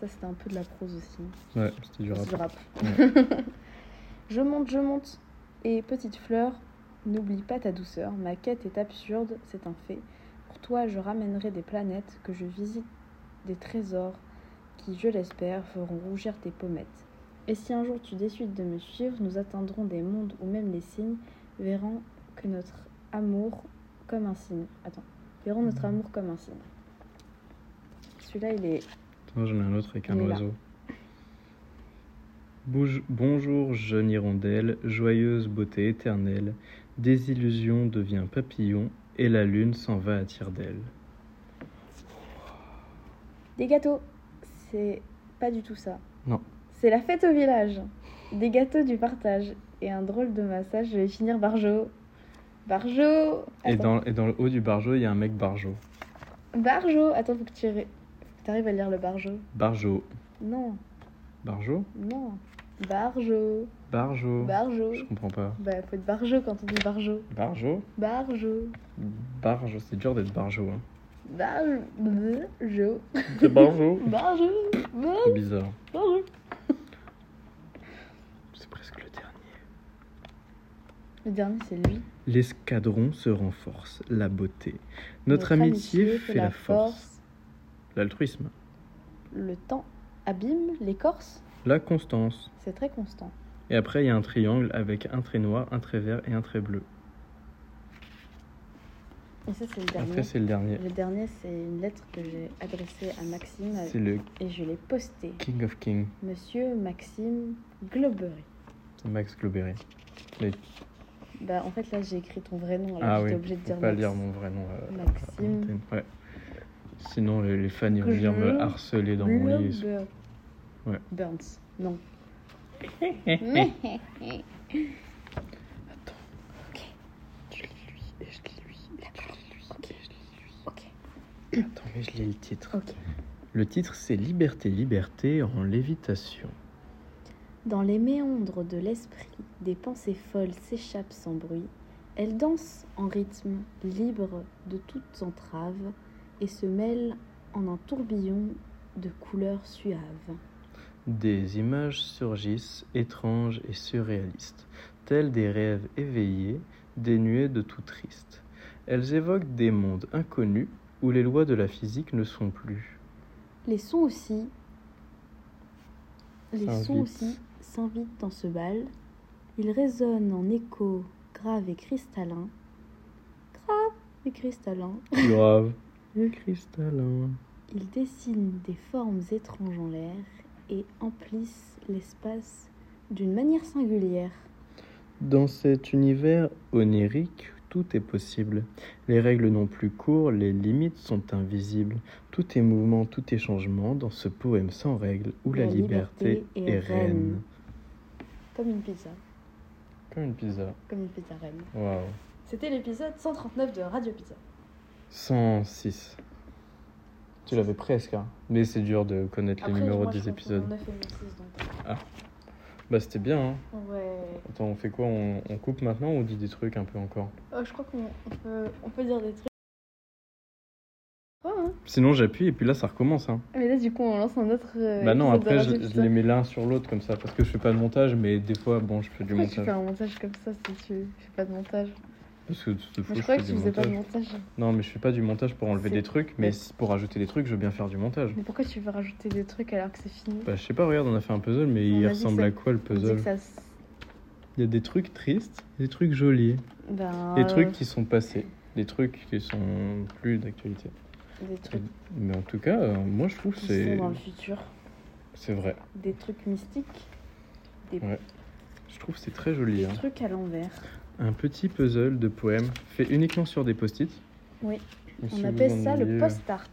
[SPEAKER 2] Ça c'était un peu de la prose aussi.
[SPEAKER 1] Ouais, c'était du
[SPEAKER 2] C'est du
[SPEAKER 1] rap.
[SPEAKER 2] rap. je monte, je monte. Et petite fleur, n'oublie pas ta douceur. Ma quête est absurde, c'est un fait. Pour toi, je ramènerai des planètes que je visite, des trésors qui, je l'espère, feront rougir tes pommettes. Et si un jour tu décides de me suivre, nous atteindrons des mondes où même les signes verront que notre amour comme un signe. Attends, verront
[SPEAKER 1] Hmm.
[SPEAKER 2] notre amour comme un signe. Celui-là, il est
[SPEAKER 1] Attends, j'en ai un autre avec un
[SPEAKER 2] Il est là.
[SPEAKER 1] oiseau. Bouge- bonjour, jeune hirondelle, joyeuse beauté éternelle. Désillusion devient papillon et la lune s'en va à tire d'elle.
[SPEAKER 2] Des gâteaux. C'est pas du tout ça.
[SPEAKER 1] Non.
[SPEAKER 2] C'est la fête au village. Des gâteaux du partage. Et un drôle de massage, je vais finir Barjo. Barjo
[SPEAKER 1] Et
[SPEAKER 2] Attends.
[SPEAKER 1] dans, et dans le haut du bargeot, il y a un mec bargeot.
[SPEAKER 2] Barjo Attends, faut que tu ré- faut que t'arrives à lire le Barjo.
[SPEAKER 1] Bargeot.
[SPEAKER 2] Non,
[SPEAKER 1] Bargeot
[SPEAKER 2] non. Barjo.
[SPEAKER 1] Bargeot.
[SPEAKER 2] Barjo.
[SPEAKER 1] Je comprends pas.
[SPEAKER 2] Bah, faut être Barjo quand on dit Barjo.
[SPEAKER 1] Bargeot
[SPEAKER 2] Barjo.
[SPEAKER 1] Barge, c'est dur d'être bargeot. Hein.
[SPEAKER 2] Barjo.
[SPEAKER 1] C'est bargeot
[SPEAKER 2] Barjo. Barjo.
[SPEAKER 1] Bizarre.
[SPEAKER 2] Barjo.
[SPEAKER 1] C'est presque le dernier.
[SPEAKER 2] Le dernier, c'est lui.
[SPEAKER 1] L'escadron se renforce, la beauté. Notre, amitié, fait la force. L'altruisme.
[SPEAKER 2] Le temps abîme l'écorce.
[SPEAKER 1] La constance.
[SPEAKER 2] C'est très constant.
[SPEAKER 1] Et après, il y a un triangle avec un trait noir, un trait vert et un trait bleu.
[SPEAKER 2] Et ça, c'est le
[SPEAKER 1] Après,
[SPEAKER 2] dernier.
[SPEAKER 1] c'est le dernier.
[SPEAKER 2] Le dernier, c'est une lettre que j'ai adressée à Maxime
[SPEAKER 1] C'est le
[SPEAKER 2] et je l'ai postée.
[SPEAKER 1] King of King,
[SPEAKER 2] Monsieur Maxime Globery.
[SPEAKER 1] c'est Max Globerry. Mais
[SPEAKER 2] Bah, en fait, là, j'ai écrit ton vrai nom. Alors,
[SPEAKER 1] ah
[SPEAKER 2] j'étais
[SPEAKER 1] oui,
[SPEAKER 2] obligée de
[SPEAKER 1] faut
[SPEAKER 2] dire
[SPEAKER 1] pas
[SPEAKER 2] Max.
[SPEAKER 1] lire mon vrai nom. euh,
[SPEAKER 2] Maxime.
[SPEAKER 1] euh, ouais. Sinon, les, les fans, ils vont
[SPEAKER 2] Que
[SPEAKER 1] venir
[SPEAKER 2] je-
[SPEAKER 1] me harceler dans mon lit.
[SPEAKER 2] Globery.
[SPEAKER 1] Ouais.
[SPEAKER 2] Burns. Non.
[SPEAKER 1] Attends.
[SPEAKER 2] Ok.
[SPEAKER 1] Je lis lui, et je lis lui, et je lis lui,
[SPEAKER 2] Ok.
[SPEAKER 1] et je lis lui.
[SPEAKER 2] Ok.
[SPEAKER 1] Attends, mais je lis le titre.
[SPEAKER 2] Ok.
[SPEAKER 1] Le titre, c'est Liberté, liberté en lévitation.
[SPEAKER 2] Dans les méandres de l'esprit, des pensées folles s'échappent sans bruit. Elles dansent en rythme libre de toutes entraves et se mêlent en un tourbillon de couleurs suaves.
[SPEAKER 1] Des images surgissent, étranges et surréalistes, telles des rêves éveillés, dénués de tout triste. Elles évoquent des mondes inconnus où les lois de la physique ne sont plus.
[SPEAKER 2] Les sons aussi, les
[SPEAKER 1] S'invitent.
[SPEAKER 2] sons aussi s'invitent dans ce bal. Ils résonnent en écho grave et cristallin. Grave et cristallin.
[SPEAKER 1] Grave. Le cristallin.
[SPEAKER 2] Ils dessinent des formes étranges en l'air et emplissent l'espace d'une manière singulière.
[SPEAKER 1] Dans cet univers onirique, tout est possible. Les règles n'ont plus cours, les limites sont invisibles. Tout est mouvement, tout est changement dans ce poème sans règles où la, liberté, est reine.
[SPEAKER 2] Comme une pizza.
[SPEAKER 1] Comme une pizza.
[SPEAKER 2] Comme une pizza reine.
[SPEAKER 1] Waouh.
[SPEAKER 2] C'était l'épisode 139 de Radio Pizza.
[SPEAKER 1] 106. Tu l'avais presque, hein. mais c'est dur de connaître les numéros
[SPEAKER 2] moi, je
[SPEAKER 1] des
[SPEAKER 2] confonds
[SPEAKER 1] épisodes.
[SPEAKER 2] 9 et 10, donc.
[SPEAKER 1] Bah c'était bien. Hein.
[SPEAKER 2] Ouais.
[SPEAKER 1] Attends, on fait quoi on, on coupe maintenant ou on dit des
[SPEAKER 2] Euh,
[SPEAKER 1] trucs un peu encore
[SPEAKER 2] Oh, je crois qu'on on peut, on peut dire des trucs. Ouais, hein.
[SPEAKER 1] Sinon, j'appuie et puis là, ça recommence. Hein.
[SPEAKER 2] Mais là, du coup, on lance un autre. euh,
[SPEAKER 1] bah non,
[SPEAKER 2] épisode
[SPEAKER 1] après,
[SPEAKER 2] de Radio
[SPEAKER 1] je, je
[SPEAKER 2] Putain.
[SPEAKER 1] les mets l'un sur l'autre comme ça. Parce que je fais pas de montage, mais des fois, bon, je fais du
[SPEAKER 2] Pourquoi tu
[SPEAKER 1] montage.
[SPEAKER 2] fais un montage comme ça si tu fais pas de montage
[SPEAKER 1] Parce que de toute
[SPEAKER 2] Moi,
[SPEAKER 1] façon,
[SPEAKER 2] je
[SPEAKER 1] je
[SPEAKER 2] croyais
[SPEAKER 1] fais
[SPEAKER 2] que
[SPEAKER 1] du
[SPEAKER 2] tu faisais pas de
[SPEAKER 1] montage.
[SPEAKER 2] montage.
[SPEAKER 1] Non, mais je fais pas du montage pour enlever
[SPEAKER 2] C'est-
[SPEAKER 1] des trucs, mais si- pour ajouter des trucs, je veux bien faire du montage.
[SPEAKER 2] Mais pourquoi tu veux rajouter des trucs alors que c'est fini
[SPEAKER 1] Bah, je sais pas, regarde, on a fait un puzzle, mais
[SPEAKER 2] On a dit
[SPEAKER 1] il
[SPEAKER 2] que
[SPEAKER 1] ressemble
[SPEAKER 2] ça-
[SPEAKER 1] à quoi le
[SPEAKER 2] On dit que
[SPEAKER 1] puzzle
[SPEAKER 2] ça s-
[SPEAKER 1] Il y a des trucs tristes, des trucs jolis,
[SPEAKER 2] Ben,
[SPEAKER 1] des
[SPEAKER 2] euh,
[SPEAKER 1] trucs qui sont passés, des trucs qui sont plus d'actualité.
[SPEAKER 2] Des trucs
[SPEAKER 1] Mais en tout cas, euh, moi je trouve que
[SPEAKER 2] qui sont
[SPEAKER 1] c'est
[SPEAKER 2] dans le futur.
[SPEAKER 1] c'est vrai.
[SPEAKER 2] Des trucs mystiques. Des,
[SPEAKER 1] Ouais. Je trouve que c'est très joli.
[SPEAKER 2] des
[SPEAKER 1] hein.
[SPEAKER 2] trucs à l'envers.
[SPEAKER 1] Un petit puzzle de poèmes fait uniquement sur des post-it.
[SPEAKER 2] Oui.
[SPEAKER 1] Et si
[SPEAKER 2] on
[SPEAKER 1] vous
[SPEAKER 2] appelle ça le
[SPEAKER 1] ennuyez, euh,
[SPEAKER 2] post-art.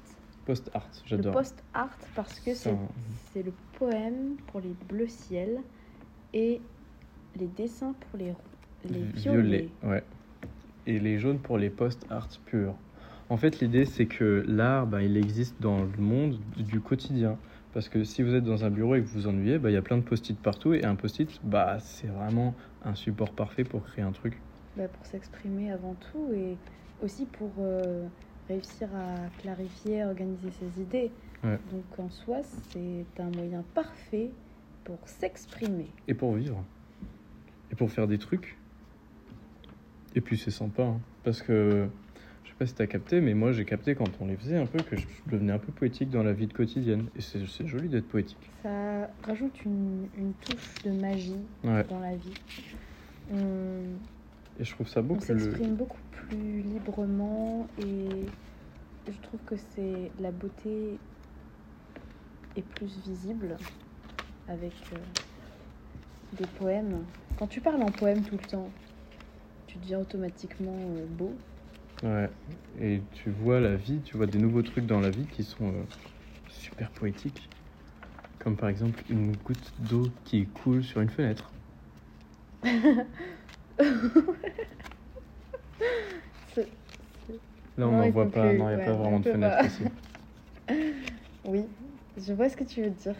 [SPEAKER 1] post-art.
[SPEAKER 2] Le
[SPEAKER 1] J'adore.
[SPEAKER 2] post-art parce que
[SPEAKER 1] C'est
[SPEAKER 2] c'est
[SPEAKER 1] un-
[SPEAKER 2] c'est le poème pour les bleus ciels et les dessins pour les, rou- les
[SPEAKER 1] Mmh,
[SPEAKER 2] violets.
[SPEAKER 1] ouais. Et les jaunes pour les post-art purs. En fait, l'idée, c'est que l'art, bah, il existe dans le monde du quotidien. Parce que si vous êtes dans un bureau et que vous vous ennuyez, bah, il y a plein de post-it partout. Et un post-it, bah, c'est vraiment un support parfait pour créer un truc.
[SPEAKER 2] Bah, pour s'exprimer avant tout et aussi pour euh, réussir à clarifier, organiser ses idées.
[SPEAKER 1] Ouais.
[SPEAKER 2] Donc en soi, c'est un moyen parfait pour s'exprimer.
[SPEAKER 1] Et pour vivre. Et pour faire des trucs. Et puis, c'est sympa. hein. parce que, je sais pas si t'as capté, mais moi, j'ai capté quand on les faisait un peu que je devenais un peu poétique dans la vie de quotidienne. Et c'est c'est joli d'être poétique.
[SPEAKER 2] Ça rajoute une, une touche de magie
[SPEAKER 1] Ouais.
[SPEAKER 2] dans la vie. On,
[SPEAKER 1] Et je trouve ça beau
[SPEAKER 2] on
[SPEAKER 1] que le...
[SPEAKER 2] s'exprime beaucoup plus librement et je trouve que c'est la beauté est plus visible avec euh, des poèmes. Quand tu parles en poème tout le temps, tu deviens automatiquement euh, beau.
[SPEAKER 1] Ouais, et tu vois la vie, tu vois des nouveaux trucs dans la vie qui sont euh, super poétiques. Comme par exemple une goutte d'eau qui coule sur une fenêtre.
[SPEAKER 2] C'est-
[SPEAKER 1] Là, on
[SPEAKER 2] Non,
[SPEAKER 1] n'en
[SPEAKER 2] il
[SPEAKER 1] voit
[SPEAKER 2] faut
[SPEAKER 1] pas,
[SPEAKER 2] plus,
[SPEAKER 1] non, il n'y a
[SPEAKER 2] ouais,
[SPEAKER 1] pas
[SPEAKER 2] on
[SPEAKER 1] vraiment de
[SPEAKER 2] peut
[SPEAKER 1] fenêtre
[SPEAKER 2] pas.
[SPEAKER 1] ici.
[SPEAKER 2] Oui, je vois ce que tu veux dire.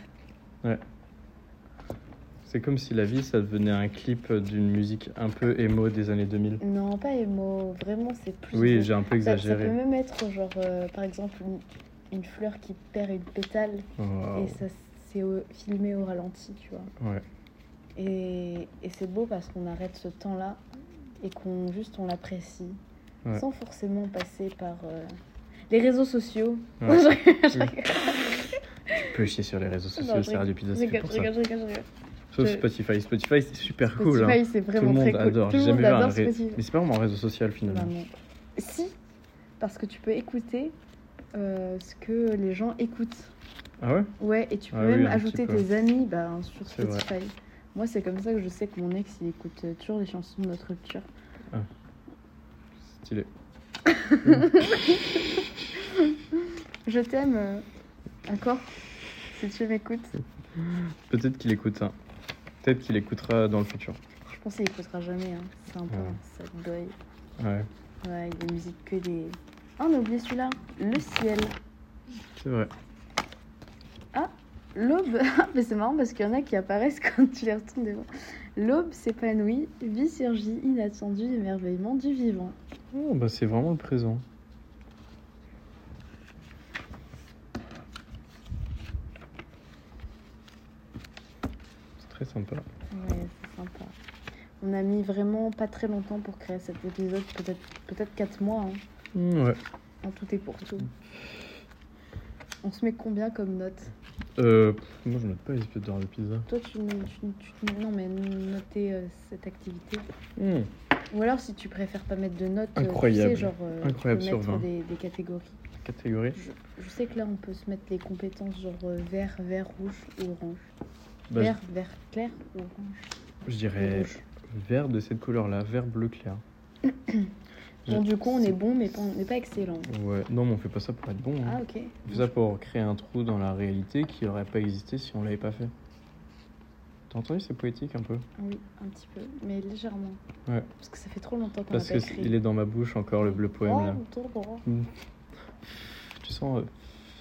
[SPEAKER 1] C'est comme si la vie, ça devenait un clip d'une musique un peu émo des années 2000.
[SPEAKER 2] Non, pas émo, vraiment c'est plus...
[SPEAKER 1] Oui,
[SPEAKER 2] beau.
[SPEAKER 1] j'ai un peu
[SPEAKER 2] ça, ça peut
[SPEAKER 1] exagéré.
[SPEAKER 2] même être genre, euh, par exemple, une, une fleur qui perd une pétale
[SPEAKER 1] Waouh,
[SPEAKER 2] et ça c'est au- filmé au ralenti, tu vois.
[SPEAKER 1] Ouais,
[SPEAKER 2] Et, et c'est beau parce qu'on arrête ce temps-là et qu'on juste on l'apprécie.
[SPEAKER 1] Ouais.
[SPEAKER 2] Sans forcément passer par euh, les réseaux sociaux.
[SPEAKER 1] Ouais.
[SPEAKER 2] Non, je rigole, je
[SPEAKER 1] Oui.
[SPEAKER 2] rigole,
[SPEAKER 1] tu peux chier sur les réseaux
[SPEAKER 2] Non,
[SPEAKER 1] sociaux,
[SPEAKER 2] je
[SPEAKER 1] c'est Radio Pizza,
[SPEAKER 2] je
[SPEAKER 1] c'est fait
[SPEAKER 2] rigole,
[SPEAKER 1] pour
[SPEAKER 2] je
[SPEAKER 1] ça.
[SPEAKER 2] rigole, je rigole, je rigole.
[SPEAKER 1] Sauf
[SPEAKER 2] je-
[SPEAKER 1] Spotify, Spotify, c'est super cool. hein.
[SPEAKER 2] Spotify, c'est
[SPEAKER 1] Tout le
[SPEAKER 2] vraiment
[SPEAKER 1] monde
[SPEAKER 2] très cool.
[SPEAKER 1] adore,
[SPEAKER 2] Tout
[SPEAKER 1] j'ai
[SPEAKER 2] le
[SPEAKER 1] jamais
[SPEAKER 2] monde
[SPEAKER 1] vu un
[SPEAKER 2] adore
[SPEAKER 1] ré-
[SPEAKER 2] Spotify.
[SPEAKER 1] Mais c'est pas vraiment un réseau social finalement.
[SPEAKER 2] Vraiment. Si, parce que tu peux écouter euh, ce que les gens écoutent.
[SPEAKER 1] Ah ouais
[SPEAKER 2] Ouais, et tu peux
[SPEAKER 1] Ah oui,
[SPEAKER 2] même
[SPEAKER 1] un petit
[SPEAKER 2] ajouter
[SPEAKER 1] peu.
[SPEAKER 2] tes amis bah, sur
[SPEAKER 1] C'est vrai.
[SPEAKER 2] Spotify. Moi, c'est comme ça que je sais que mon ex, il écoute euh, toujours les chansons de notre culture.
[SPEAKER 1] Stylé.
[SPEAKER 2] Je t'aime, euh, encore, si tu m'écoutes.
[SPEAKER 1] Peut-être qu'il écoute ça. Peut-être qu'il écoutera dans le futur.
[SPEAKER 2] Je pense qu'il écoutera jamais, hein. c'est un peu
[SPEAKER 1] Ouais.
[SPEAKER 2] un sad boy.
[SPEAKER 1] Ouais,
[SPEAKER 2] Ouais, il y a des musiques que des... Ah, on a oublié celui-là, le ciel.
[SPEAKER 1] c'est vrai.
[SPEAKER 2] L'aube, Ah, mais c'est marrant parce qu'il y en a qui apparaissent quand tu les retournes devant. L'aube s'épanouit, vie surgit, inattendu émerveillement du vivant.
[SPEAKER 1] Oh, bah c'est vraiment le présent. C'est très sympa.
[SPEAKER 2] Ouais, c'est sympa. On a mis vraiment pas très longtemps pour créer cet épisode, peut-être peut-être 4 mois, hein,
[SPEAKER 1] Mm, ouais.
[SPEAKER 2] en tout et pour tout. On se met combien comme note
[SPEAKER 1] Euh, pff, moi je note pas les épisodes dans le pizza.
[SPEAKER 2] Toi, tu, ne- tu, ne- tu ne- non mais noter euh, cette activité.
[SPEAKER 1] Mm.
[SPEAKER 2] Ou alors, si tu préfères pas mettre de notes, euh,
[SPEAKER 1] Incroyable.
[SPEAKER 2] tu sais, genre, euh, tu peux
[SPEAKER 1] Incroyable sur
[SPEAKER 2] mettre
[SPEAKER 1] 20.
[SPEAKER 2] Des, des catégories.
[SPEAKER 1] Catégorie.
[SPEAKER 2] Je, je sais que là, on peut se mettre les compétences genre euh, vert, vert, rouge ou orange.
[SPEAKER 1] Bah,
[SPEAKER 2] vert, vert clair ou orange.
[SPEAKER 1] je, je dirais
[SPEAKER 2] rouge.
[SPEAKER 1] vert de cette couleur-là, vert bleu clair. Je- Mmh.
[SPEAKER 2] Bon, du coup, on
[SPEAKER 1] c'est-
[SPEAKER 2] est bon, mais pas- on n'est pas excellent.
[SPEAKER 1] Ouais, non mais on fait pas ça pour être bon. hein.
[SPEAKER 2] Ah, ok.
[SPEAKER 1] On fait ça pour créer un trou dans la réalité qui aurait pas existé si on l'avait pas fait. T'as entendu C'est poétique un peu.
[SPEAKER 2] Oui, un petit peu, mais légèrement.
[SPEAKER 1] Ouais.
[SPEAKER 2] Parce que ça fait trop longtemps qu'on n'a
[SPEAKER 1] Parce
[SPEAKER 2] pas écrit.
[SPEAKER 1] qu'il est dans ma bouche encore le, le poème là.
[SPEAKER 2] Oh,
[SPEAKER 1] Tu sens, euh,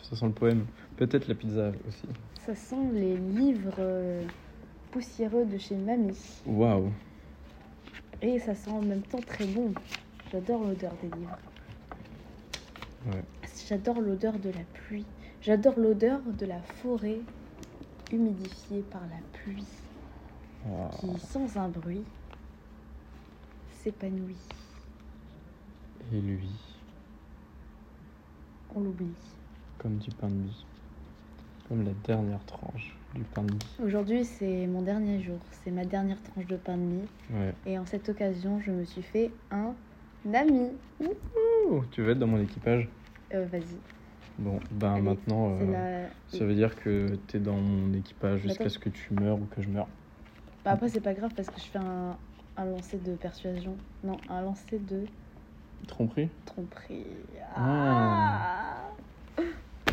[SPEAKER 1] ça sent le poème. Peut-être la pizza aussi.
[SPEAKER 2] ça sent les livres euh, poussiéreux de chez Mamie.
[SPEAKER 1] Waouh.
[SPEAKER 2] Et ça sent en même temps très bon. J'adore l'odeur des livres.
[SPEAKER 1] Ouais.
[SPEAKER 2] Si J'adore l'odeur de la pluie. J'adore l'odeur de la forêt humidifiée par la pluie
[SPEAKER 1] Ah,
[SPEAKER 2] qui, sans un bruit, s'épanouit.
[SPEAKER 1] Et lui,
[SPEAKER 2] On l'oublie.
[SPEAKER 1] comme du pain de mie. Comme la dernière tranche du pain de mie.
[SPEAKER 2] Aujourd'hui, c'est mon dernier jour. C'est ma dernière tranche de pain de mie.
[SPEAKER 1] Ouais.
[SPEAKER 2] Et en cette occasion, je me suis fait un ami.
[SPEAKER 1] Ouh, tu veux être dans mon équipage
[SPEAKER 2] Euh, Vas-y.
[SPEAKER 1] Bon, ben
[SPEAKER 2] Allez,
[SPEAKER 1] maintenant,
[SPEAKER 2] C'est
[SPEAKER 1] euh,
[SPEAKER 2] la...
[SPEAKER 1] ça veut dire que t'es dans mon équipage jusqu'à
[SPEAKER 2] Attends.
[SPEAKER 1] ce que tu meurs ou que je meure.
[SPEAKER 2] Bah, après, c'est pas grave parce que je fais un, un lancer de persuasion. Non, un lancer de
[SPEAKER 1] Tromperie
[SPEAKER 2] tromperie.
[SPEAKER 1] Ah.
[SPEAKER 2] Ah.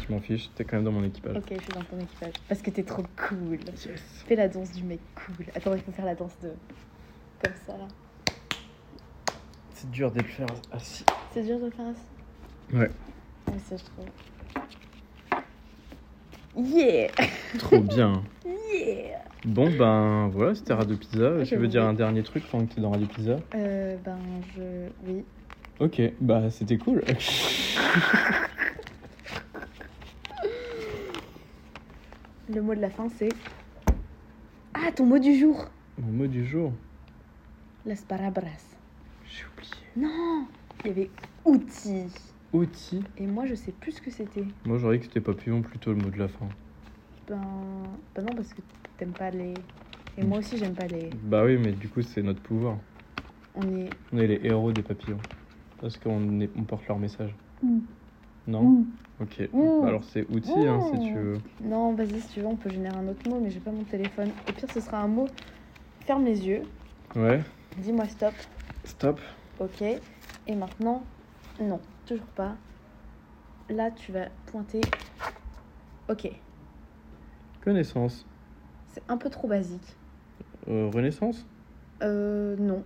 [SPEAKER 1] Je m'en fiche, t'es quand même dans mon équipage.
[SPEAKER 2] Ok, je suis dans ton équipage. Parce que t'es trop cool.
[SPEAKER 1] Yes
[SPEAKER 2] Fais la danse du mec cool. Attends, il faut faire la danse de. Comme ça là.
[SPEAKER 1] C'est dur d'être faire assis.
[SPEAKER 2] C'est dur de le faire assis
[SPEAKER 1] Ouais.
[SPEAKER 2] Ouais, ça je trouve. Yeah!
[SPEAKER 1] Trop bien.
[SPEAKER 2] Yeah!
[SPEAKER 1] Bon, ben voilà, c'était Radio Pizza.
[SPEAKER 2] Ah,
[SPEAKER 1] tu veux
[SPEAKER 2] j'avoue.
[SPEAKER 1] dire un dernier truc pendant que t'es dans Radio Pizza
[SPEAKER 2] Euh, ben je. Oui.
[SPEAKER 1] Ok, bah c'était cool.
[SPEAKER 2] Le mot de la fin c'est. Ah, ton mot du jour!
[SPEAKER 1] Mon mot du jour,
[SPEAKER 2] Las palabras.
[SPEAKER 1] j'ai oublié.
[SPEAKER 2] Non! Il y avait outils.
[SPEAKER 1] Outil.
[SPEAKER 2] Et moi je sais plus ce que c'était.
[SPEAKER 1] Moi j'aurais dit que c'était papillon plutôt le mot de la fin.
[SPEAKER 2] Ben. Ben non, parce que t'aimes pas les. Et moi aussi j'aime pas les.
[SPEAKER 1] Bah oui, mais du coup c'est notre pouvoir.
[SPEAKER 2] On est.
[SPEAKER 1] On est les héros des papillons. Parce qu'on est- on porte leur message.
[SPEAKER 2] Mm.
[SPEAKER 1] Non Ok.
[SPEAKER 2] Mm.
[SPEAKER 1] Alors c'est outil, hein, si tu veux.
[SPEAKER 2] Non, vas-y, si tu veux, on peut générer un autre mot, mais j'ai pas mon téléphone. Au pire, ce sera un mot. Ferme les yeux,
[SPEAKER 1] Ouais.
[SPEAKER 2] dis-moi stop,
[SPEAKER 1] Stop.
[SPEAKER 2] ok. Et maintenant, non, toujours pas. Là, tu vas pointer. Ok,
[SPEAKER 1] Connaissance.
[SPEAKER 2] c'est un peu trop basique.
[SPEAKER 1] Euh, renaissance
[SPEAKER 2] Euh, non.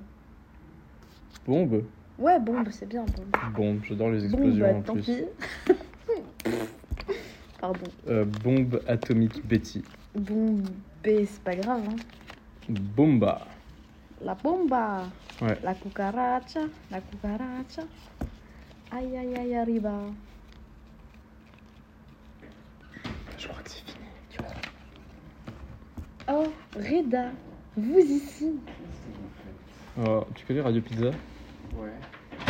[SPEAKER 1] Bombe.
[SPEAKER 2] Ouais, bombe, c'est bien, bombe.
[SPEAKER 1] Bombe, j'adore les
[SPEAKER 2] Bombe, bah,
[SPEAKER 1] explosions en
[SPEAKER 2] tant
[SPEAKER 1] plus.
[SPEAKER 2] pis. Pardon.
[SPEAKER 1] Euh, bombe atomique Betty.
[SPEAKER 2] Bombe, c'est pas grave, hein.
[SPEAKER 1] Bomba.
[SPEAKER 2] La bomba.
[SPEAKER 1] Ouais.
[SPEAKER 2] La cucaracha. La cucaracha. Aïe aïe aïe arriba.
[SPEAKER 1] Je crois que c'est fini.
[SPEAKER 2] Oh, Reda, vous ici.
[SPEAKER 1] Oh, tu connais Radio Pizza
[SPEAKER 4] Ouais.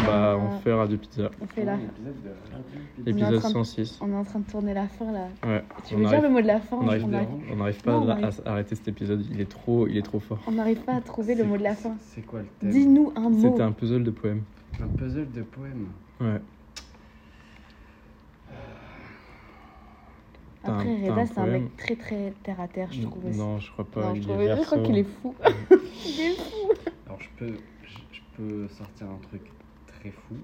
[SPEAKER 1] Bah, on fait Radio Pizza.
[SPEAKER 2] On fait la.
[SPEAKER 4] L'épisode de
[SPEAKER 2] est en
[SPEAKER 1] Épisode
[SPEAKER 2] train de-
[SPEAKER 1] 106.
[SPEAKER 2] On est en train de tourner la fin là.
[SPEAKER 1] Ouais.
[SPEAKER 2] Tu
[SPEAKER 1] on
[SPEAKER 2] veux dire
[SPEAKER 1] arrive-
[SPEAKER 2] le mot de la fin
[SPEAKER 1] on arrive-
[SPEAKER 2] On arri-
[SPEAKER 1] on n'arrive pas
[SPEAKER 2] Non, on
[SPEAKER 1] à-
[SPEAKER 2] arrive.
[SPEAKER 1] à arrêter cet épisode. Il est trop, il est trop fort.
[SPEAKER 2] on n'arrive pas à trouver le
[SPEAKER 4] C'est-
[SPEAKER 2] mot de la fin.
[SPEAKER 4] C'est quoi le thème
[SPEAKER 2] Dis-nous un mot.
[SPEAKER 1] C'était un puzzle de poèmes.
[SPEAKER 4] Un puzzle de poèmes.
[SPEAKER 1] Ouais. t'as un-
[SPEAKER 2] Après,
[SPEAKER 1] t'as un
[SPEAKER 2] Reda, c'est un
[SPEAKER 1] poème.
[SPEAKER 2] mec très très terre à terre, je trouve aussi.
[SPEAKER 1] non, je crois pas.
[SPEAKER 2] Non,
[SPEAKER 1] il
[SPEAKER 2] je,
[SPEAKER 1] est
[SPEAKER 2] trouve- je crois
[SPEAKER 1] verso.
[SPEAKER 2] qu'il est fou. Il est fou.
[SPEAKER 4] Alors je peux, je, je peux sortir un truc très fou,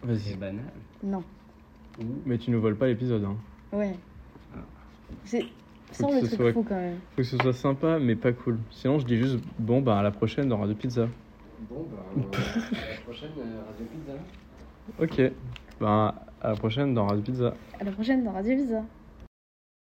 [SPEAKER 4] très
[SPEAKER 1] Vas-y.
[SPEAKER 4] banal,
[SPEAKER 2] Non,
[SPEAKER 4] ou
[SPEAKER 1] Mais tu nous voles pas l'épisode. Hein.
[SPEAKER 2] ouais.
[SPEAKER 4] Ah.
[SPEAKER 2] C'est. Sans
[SPEAKER 1] que
[SPEAKER 2] le
[SPEAKER 1] ce
[SPEAKER 2] truc
[SPEAKER 1] soit-
[SPEAKER 2] fou quand même.
[SPEAKER 1] Faut que ce soit sympa, mais pas cool. Sinon, je dis juste bon, bah à la prochaine dans Radio Pizza.
[SPEAKER 4] bon bah euh, à la prochaine euh, radio pizza.
[SPEAKER 1] Ok. Bah à la prochaine dans Radio Pizza.
[SPEAKER 2] À la prochaine dans Radio Visa.